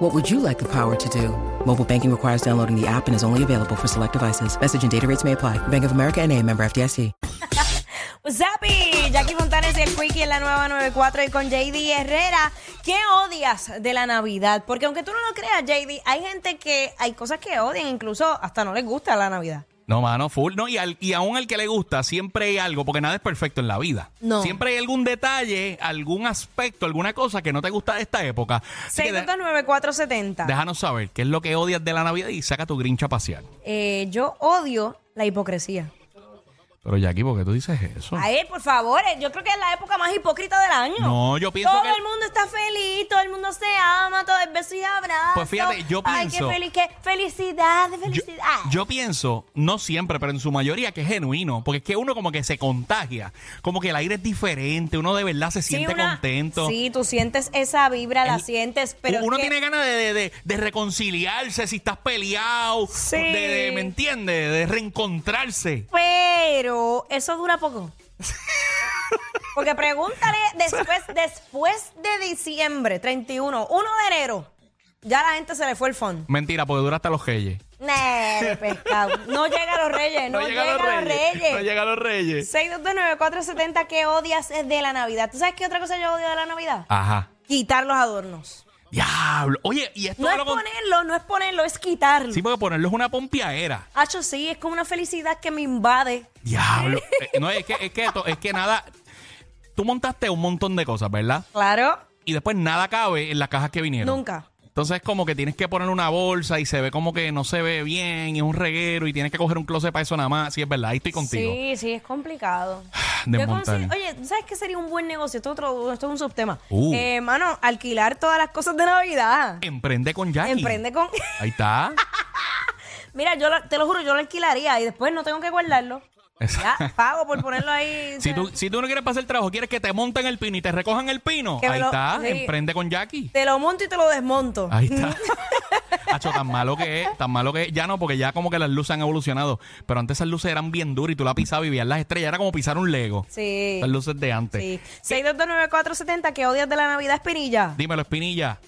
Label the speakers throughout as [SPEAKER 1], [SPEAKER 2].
[SPEAKER 1] What would you like the power to do? Mobile banking requires downloading the app and is only available for select devices. Message and data rates may apply. Bank of America and a member FDIC.
[SPEAKER 2] Zapi, Jackie Fontanes y el Quickie en la nueva 94 y con JD Herrera. ¿Qué odias de la Navidad? Porque aunque tú no lo creas, JD, hay gente que hay cosas que odian, incluso hasta no les gusta la Navidad.
[SPEAKER 3] No, mano, full. No, y, al- y aún al que le gusta, siempre hay algo, porque nada es perfecto en la vida.
[SPEAKER 2] No.
[SPEAKER 3] Siempre hay algún detalle, algún aspecto, alguna cosa que no te gusta de esta época. Así que de-
[SPEAKER 2] 629-470.
[SPEAKER 3] déjanos saber qué es lo que odias de la Navidad y saca tu grincha a pasear.
[SPEAKER 2] Eh, yo odio la hipocresía.
[SPEAKER 3] Pero Jackie, ¿por qué tú dices eso?
[SPEAKER 2] A ver, por favor, eh, yo creo que es la época más hipócrita del año.
[SPEAKER 3] No, yo pienso
[SPEAKER 2] Todo
[SPEAKER 3] que-
[SPEAKER 2] el mundo está feliz, todo el mundo se ama, todo es beso y abrazo.
[SPEAKER 3] Pues fíjate, yo
[SPEAKER 2] Ay, qué
[SPEAKER 3] pienso-
[SPEAKER 2] feliz, qué felicidad,
[SPEAKER 3] yo,
[SPEAKER 2] felicidad.
[SPEAKER 3] yo pienso, no siempre, pero en su mayoría que es genuino, porque es que uno como que se contagia, como que el aire es diferente, uno de verdad se
[SPEAKER 2] Sí,
[SPEAKER 3] siente
[SPEAKER 2] una-
[SPEAKER 3] contento.
[SPEAKER 2] Sí, tú sientes esa vibra, la
[SPEAKER 3] El-
[SPEAKER 2] sientes, pero
[SPEAKER 3] uno
[SPEAKER 2] es que-
[SPEAKER 3] tiene ganas de, de- de- de reconciliarse si estás peleado,
[SPEAKER 2] Sí.
[SPEAKER 3] de, de- ¿me entiendes? De reencontrarse.
[SPEAKER 2] pero eso dura poco. Porque pregúntale después después de diciembre 31, 1 de enero, ya la gente se le fue el fondo.
[SPEAKER 3] Mentira, porque dura hasta los reyes.
[SPEAKER 2] Nah, de pescado. No llega a los reyes, no, llega, a los reyes.
[SPEAKER 3] No llega a los reyes.
[SPEAKER 2] 6229470, ¿qué odias de la Navidad? ¿Tú sabes qué otra cosa yo odio de la Navidad?
[SPEAKER 3] Ajá.
[SPEAKER 2] Quitar los adornos.
[SPEAKER 3] Diablo. Oye, y esto
[SPEAKER 2] No
[SPEAKER 3] de
[SPEAKER 2] es
[SPEAKER 3] lo con-
[SPEAKER 2] ponerlo, no es ponerlo, es quitarlo.
[SPEAKER 3] Sí, porque ponerlo es una pompiadera.
[SPEAKER 2] Hacho, sí, es como una felicidad que me invade.
[SPEAKER 3] Diablo. Eh, no, es que, es, que esto- es que nada. Tú montaste un montón de cosas, ¿verdad?
[SPEAKER 2] Claro.
[SPEAKER 3] Y después nada cabe en las cajas que vinieron.
[SPEAKER 2] Nunca.
[SPEAKER 3] Entonces es como que tienes que poner una bolsa y se ve como que no se ve bien, y es un reguero y tienes que coger un closet para eso nada más. Sí, es verdad, ahí estoy contigo. Ah,
[SPEAKER 2] Sí, sí, es complicado. Yo
[SPEAKER 3] Desmontar.
[SPEAKER 2] considero- oye, ¿tú ¿sabes qué sería un buen negocio? Esto, es otro, esto es un subtema.
[SPEAKER 3] Uh.
[SPEAKER 2] Eh, mano, alquilar todas las cosas de Navidad.
[SPEAKER 3] Emprende con Jackie.
[SPEAKER 2] Emprende con...
[SPEAKER 3] Ahí está.
[SPEAKER 2] Mira, yo lo- te lo juro, yo lo alquilaría y después no tengo que guardarlo. Ya, pago por ponerlo ahí.
[SPEAKER 3] Si
[SPEAKER 2] o sea,
[SPEAKER 3] tú, si tú no quieres pasar el trabajo, quieres que te monten el pino y te recojan el pino,
[SPEAKER 2] Que me
[SPEAKER 3] ahí
[SPEAKER 2] lo-
[SPEAKER 3] está,
[SPEAKER 2] sí.
[SPEAKER 3] emprende con Jackie.
[SPEAKER 2] Te lo monto y te lo desmonto.
[SPEAKER 3] Ahí está. Hacho, tan malo que es, tan malo que es. Ya no, porque ya como que las luces han evolucionado. Pero antes esas luces eran bien duras y tú la pisabas y veías las estrellas. Era como pisar un Lego.
[SPEAKER 2] Sí.
[SPEAKER 3] Las luces de antes.
[SPEAKER 2] Sí. 6229470, ¿qué odias de la Navidad, Espinilla?
[SPEAKER 3] Dímelo, Espinilla.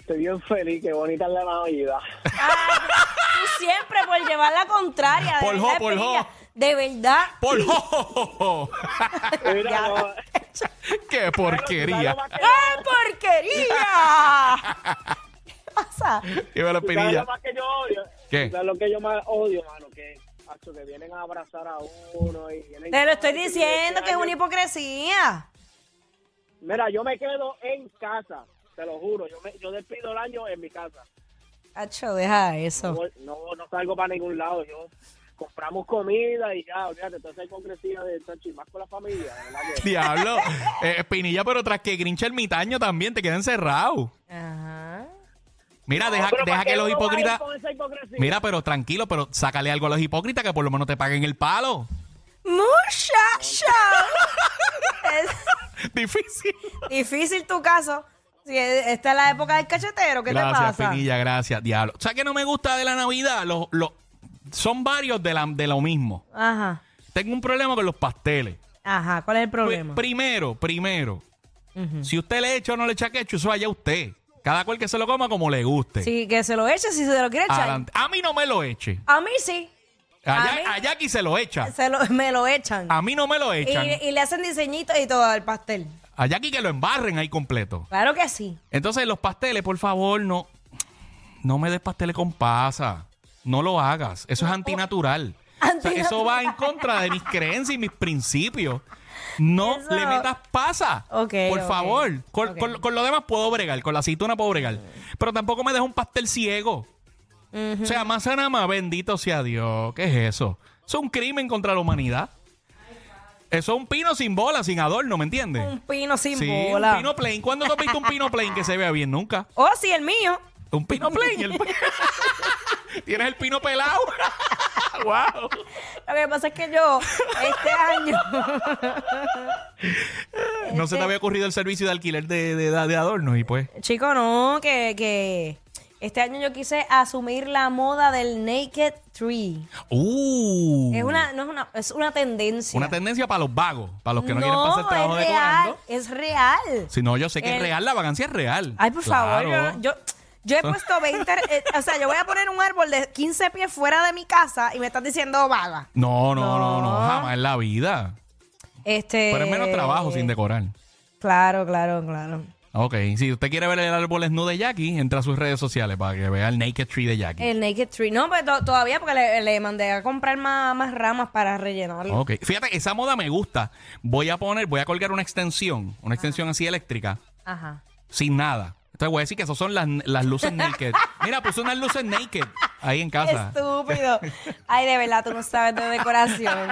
[SPEAKER 4] Estoy bien feliz, qué bonita es la Navidad.
[SPEAKER 2] Tú siempre por llevar la contraria. de
[SPEAKER 3] Por
[SPEAKER 2] verdad,
[SPEAKER 3] jo, por
[SPEAKER 2] Espinilla.
[SPEAKER 3] jo.
[SPEAKER 2] De verdad.
[SPEAKER 3] ¡Por jo!
[SPEAKER 4] Mira,
[SPEAKER 2] Ya.
[SPEAKER 4] no,
[SPEAKER 3] ¡Qué porquería!
[SPEAKER 4] ¿sabes lo más que-
[SPEAKER 2] ¡Qué porquería! ¿Qué pasa?
[SPEAKER 3] Dímelo,
[SPEAKER 4] tú sabes lo
[SPEAKER 3] Espinilla.
[SPEAKER 4] más que yo odio?
[SPEAKER 3] ¿Qué?
[SPEAKER 4] Tú ¿Sabes lo que yo más odio, mano? Que, macho, que vienen a abrazar a uno y vienen...
[SPEAKER 2] Te lo estoy diciendo que es una hipocresía.
[SPEAKER 4] Mira, yo me quedo en casa, te lo juro. Yo, me, yo despido el año en mi casa.
[SPEAKER 2] Hacho, deja
[SPEAKER 4] No,
[SPEAKER 2] eso.
[SPEAKER 4] voy- no, no salgo para ningún lado. Yo compramos comida y ya, olvídate. Entonces hay congresía de chacho, y más con la familia. de verdad que-
[SPEAKER 3] Diablo. Eh, Espinilla, pero tras que Grincha ermitaño también te queda encerrado.
[SPEAKER 2] Ajá.
[SPEAKER 3] Mira, deja,
[SPEAKER 4] No, pero ¿para
[SPEAKER 3] deja
[SPEAKER 4] qué
[SPEAKER 3] que los
[SPEAKER 4] uno va a ir
[SPEAKER 3] hipócritas.
[SPEAKER 4] con esa hipocresía?
[SPEAKER 3] Mira, pero tranquilo, pero sácale algo a los hipócritas que por lo menos te paguen el palo.
[SPEAKER 2] Muchacho. Es-
[SPEAKER 3] Difícil.
[SPEAKER 2] Difícil tu caso. Si es- esta es la época del cachetero, ¿qué
[SPEAKER 3] gracias,
[SPEAKER 2] te pasa?
[SPEAKER 3] Pinilla, gracias, diablo. O sea, que no me gusta de la Navidad, los, los- son varios de, la- de lo mismo.
[SPEAKER 2] Ajá,
[SPEAKER 3] Tengo un problema con los pasteles.
[SPEAKER 2] ajá. ¿Cuál es el problema?
[SPEAKER 3] Pri- Pues Primero, primero, si usted le echa o no le echa ketchup, eso allá usted. Cada cual que se lo coma como le guste.
[SPEAKER 2] Sí, que se lo eche si se lo quiere echar.
[SPEAKER 3] Adelante. A mí no me lo eche.
[SPEAKER 2] A mí sí.
[SPEAKER 3] Allá,
[SPEAKER 2] A mí-
[SPEAKER 3] a Jackie se lo echa.
[SPEAKER 2] Se lo, me lo echan.
[SPEAKER 3] A mí no me lo
[SPEAKER 2] Y,
[SPEAKER 3] echan.
[SPEAKER 2] y le hacen diseñitos y todo al pastel.
[SPEAKER 3] A Jackie que lo embarren ahí completo.
[SPEAKER 2] Claro que sí.
[SPEAKER 3] Entonces, los pasteles, por favor, no, no me des pasteles con pasa. No lo hagas. Eso es antinatural. O sea, eso va en contra de mis creencias y mis principios. No
[SPEAKER 2] Eso-
[SPEAKER 3] le metas pasa.
[SPEAKER 2] Ok,
[SPEAKER 3] por
[SPEAKER 2] ok,
[SPEAKER 3] favor. Con,
[SPEAKER 2] ok.
[SPEAKER 3] con- con lo demás puedo bregar. Con la aceituna puedo bregar. Pero tampoco me dejes un pastel ciego. O sea, más nada más, bendito sea Dios. ¿Qué es eso? Eso es un crimen contra la humanidad. Eso es un pino sin bola, sin adorno, ¿me entiendes?
[SPEAKER 2] Un pino sin
[SPEAKER 3] sí,
[SPEAKER 2] bola.
[SPEAKER 3] un pino plain. ¿Cuándo tú has visto un pino plain que se vea bien? Nunca.
[SPEAKER 2] Oh, sí, el mío.
[SPEAKER 3] Un pino plain. el- Tienes el pino pelado. wow.
[SPEAKER 2] Lo que pasa es que yo, este año.
[SPEAKER 3] No
[SPEAKER 2] Este
[SPEAKER 3] se te había ocurrido el servicio de alquiler de, de, de adornos y pues.
[SPEAKER 2] Chico, no, que, que este año yo quise asumir la moda del naked tree.
[SPEAKER 3] Uh.
[SPEAKER 2] Es una, no es una, es una tendencia.
[SPEAKER 3] Una tendencia para los vagos, para los que no, quieren pasar el trabajo
[SPEAKER 2] es
[SPEAKER 3] decorando.
[SPEAKER 2] real, es real.
[SPEAKER 3] Si no, yo sé que es
[SPEAKER 2] El-
[SPEAKER 3] real, la vacancia es real.
[SPEAKER 2] Ay, por favor,
[SPEAKER 3] Claro.
[SPEAKER 2] yo, yo, yo he puesto 20, eh, o sea, yo voy a poner un árbol de 15 pies fuera de mi casa y me están diciendo vaga.
[SPEAKER 3] No, no, no, no,
[SPEAKER 2] No.
[SPEAKER 3] jamás en la vida.
[SPEAKER 2] Este,
[SPEAKER 3] Pero es menos trabajo sin decorar.
[SPEAKER 2] Claro, claro, claro.
[SPEAKER 3] Ok, si usted quiere ver el árbol snu de Jackie, entra a sus redes sociales para que vea el Naked Tree de Jackie.
[SPEAKER 2] El Naked Tree. No, pero to- todavía porque le, le mandé a comprar más, más ramas para rellenarlo.
[SPEAKER 3] Ok, fíjate, esa moda me gusta. Voy a poner, voy a colgar una extensión, una extensión así eléctrica,
[SPEAKER 2] Ajá.
[SPEAKER 3] sin nada. Entonces voy a decir que esas son las, las luces naked. Mira, puse unas luces naked ahí en casa.
[SPEAKER 2] Estúpido. Ay, de verdad, tú no sabes de decoración.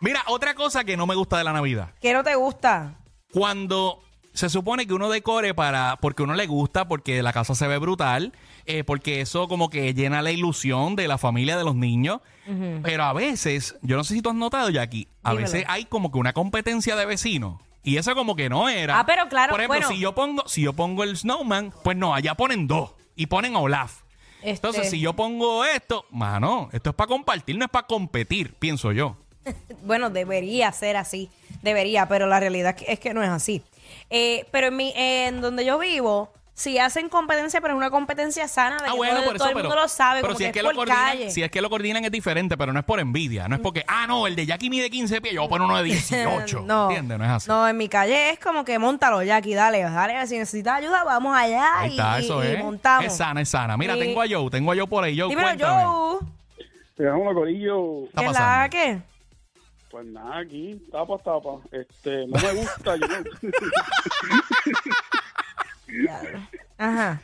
[SPEAKER 3] Mira, otra cosa que no me gusta de la Navidad.
[SPEAKER 2] ¿Qué no te gusta?
[SPEAKER 3] cuando se supone que uno decore para porque uno le gusta, porque la casa se ve brutal, eh, porque eso como que llena la ilusión de la familia, de los niños. Pero a veces, yo no sé si tú has notado, Jackie, a
[SPEAKER 2] Dímelo.
[SPEAKER 3] veces hay como que una competencia de vecinos. Y eso como que no era.
[SPEAKER 2] Ah, pero claro,
[SPEAKER 3] Por ejemplo,
[SPEAKER 2] bueno.
[SPEAKER 3] si yo pongo, si yo pongo el snowman, pues no, allá ponen dos. Y ponen a Olaf.
[SPEAKER 2] Este.
[SPEAKER 3] Entonces, si yo pongo esto, mano, esto es para compartir, no es para competir, pienso yo.
[SPEAKER 2] Bueno, debería ser así. Debería, pero la realidad es que- es que no es así. Eh, pero en, mi, en donde yo vivo, si hacen competencia, pero es una competencia sana.
[SPEAKER 3] Ah,
[SPEAKER 2] De que todo, todo el mundo lo sabe,
[SPEAKER 3] pero
[SPEAKER 2] como
[SPEAKER 3] si
[SPEAKER 2] que
[SPEAKER 3] es que
[SPEAKER 2] por
[SPEAKER 3] lo coordinan,
[SPEAKER 2] calle.
[SPEAKER 3] si es que lo coordinan es diferente, pero no es por envidia, no es porque ah no, el de Jackie mide 15 pies, yo voy a poner uno de 18,
[SPEAKER 2] Eh, no,
[SPEAKER 3] ¿entiendes? No es así.
[SPEAKER 2] No, en mi calle es como que montalo, Jackie, dale, dale. Si necesitas ayuda, vamos allá
[SPEAKER 3] Ahí
[SPEAKER 2] y,
[SPEAKER 3] está, eso
[SPEAKER 2] y- y
[SPEAKER 3] es.
[SPEAKER 2] montamos.
[SPEAKER 3] Es sana, es sana. Mira,
[SPEAKER 2] Sí.
[SPEAKER 3] tengo a Joe, tengo a Joe por ahí, Joe,
[SPEAKER 2] Dímelo,
[SPEAKER 3] cuéntame.
[SPEAKER 2] Joe,
[SPEAKER 4] Te dejamos corillo.
[SPEAKER 3] ¿Qué está
[SPEAKER 2] ¿qué es
[SPEAKER 3] pasando?
[SPEAKER 2] la que?
[SPEAKER 4] Pues nada, aquí, tapa, tapa. Este, no me gusta, yo no-
[SPEAKER 2] Ajá.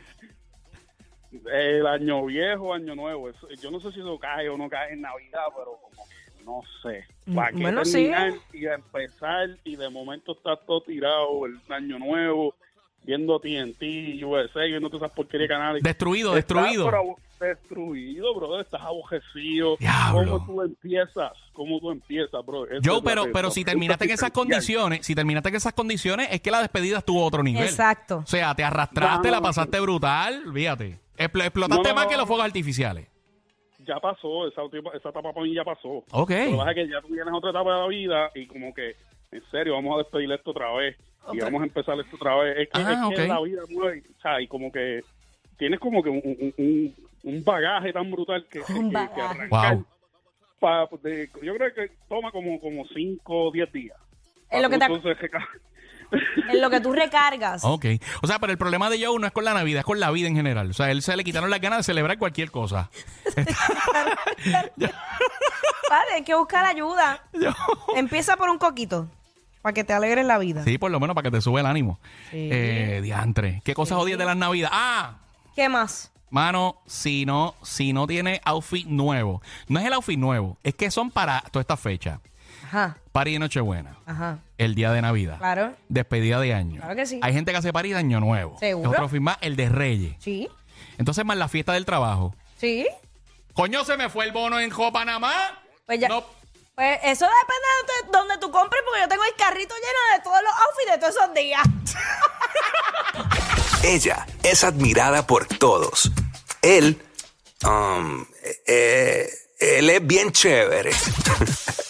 [SPEAKER 4] El año viejo, año nuevo. eso- yo no sé si eso cae o no cae en Navidad, pero como que no sé.
[SPEAKER 3] Mm,
[SPEAKER 4] ¿Para qué
[SPEAKER 2] Bueno,
[SPEAKER 4] terminar y empezar y de momento estás todo tirado el año nuevo, viendo TNT, USA, viendo todas esas porquerías de canales?
[SPEAKER 3] Destruido,
[SPEAKER 4] Estás,
[SPEAKER 3] destruido.
[SPEAKER 4] pero abo- destruido, brother. Estás abojecido.
[SPEAKER 3] Diablo.
[SPEAKER 4] ¿Cómo tú empiezas? ¿Cómo tú empiezas, brother? Eso
[SPEAKER 3] Joe,
[SPEAKER 4] es lo
[SPEAKER 3] pero
[SPEAKER 4] que-
[SPEAKER 3] pero
[SPEAKER 4] lo
[SPEAKER 3] si
[SPEAKER 4] que
[SPEAKER 3] terminaste en
[SPEAKER 4] gusta
[SPEAKER 3] esas
[SPEAKER 4] diferenciar.
[SPEAKER 3] condiciones, si terminaste en esas condiciones es que la despedida estuvo a otro nivel.
[SPEAKER 2] Exacto.
[SPEAKER 3] O sea, te arrastraste,
[SPEAKER 4] No,
[SPEAKER 3] la
[SPEAKER 4] no,
[SPEAKER 3] pasaste brutal, fíjate. Expl- explotaste
[SPEAKER 4] No, no,
[SPEAKER 3] más
[SPEAKER 4] no.
[SPEAKER 3] que los fuegos artificiales.
[SPEAKER 4] ya pasó, esa, tipa- esa etapa para mí ya pasó.
[SPEAKER 3] Ok.
[SPEAKER 4] Lo que pasa es que ya tú vienes a otra etapa de la vida y como que, en serio, vamos a despedir esto otra vez y vamos a empezar esto otra vez. Es que,
[SPEAKER 3] Ah,
[SPEAKER 4] es que
[SPEAKER 3] ok.
[SPEAKER 4] la vida, mueve, o sea, y como que tienes como que un, un- un- un bagaje tan brutal que, que, que- que
[SPEAKER 2] bagaje.
[SPEAKER 4] arrancar
[SPEAKER 3] Wow.
[SPEAKER 4] pa- de- yo creo que toma como, como 5 o 10 días.
[SPEAKER 2] Es lo que te-
[SPEAKER 4] Entonces,
[SPEAKER 2] En lo que tú recargas.
[SPEAKER 3] Ok. O sea, pero el problema de Joe no es con la Navidad, es con la vida en general. O sea, él se le quitaron las ganas de celebrar cualquier cosa.
[SPEAKER 2] Vale, hay que buscar ayuda. Empieza por un coquito. Para que te alegres la vida.
[SPEAKER 3] Sí, por lo menos para que te sube el ánimo.
[SPEAKER 2] Sí.
[SPEAKER 3] Eh, diantre. ¿Qué cosas odias de las Navidades? Ah,
[SPEAKER 2] ¿Qué más?
[SPEAKER 3] mano, si no, si no tiene outfit nuevo. No es el outfit nuevo, es que son para toda esta fecha.
[SPEAKER 2] Ajá,
[SPEAKER 3] Party de Nochebuena,
[SPEAKER 2] ajá.
[SPEAKER 3] el día de Navidad.
[SPEAKER 2] Claro.
[SPEAKER 3] Despedida de año.
[SPEAKER 2] Claro que sí.
[SPEAKER 3] Hay gente que hace party de año nuevo.
[SPEAKER 2] ¿Seguro?
[SPEAKER 3] Es otro outfit más, el de Reyes.
[SPEAKER 2] Sí,
[SPEAKER 3] Entonces más la fiesta del trabajo.
[SPEAKER 2] sí.
[SPEAKER 3] Coño, se me fue el bono en Copa nada más.
[SPEAKER 2] Pues ya.
[SPEAKER 3] No.
[SPEAKER 2] Pues eso depende de donde tú compres, porque yo tengo el carrito lleno de todos los outfits de todos esos días.
[SPEAKER 5] Ella es admirada por todos. Él, um, eh, él es bien chévere.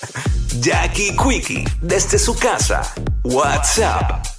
[SPEAKER 5] Jackie Quickie, desde su casa. What's up?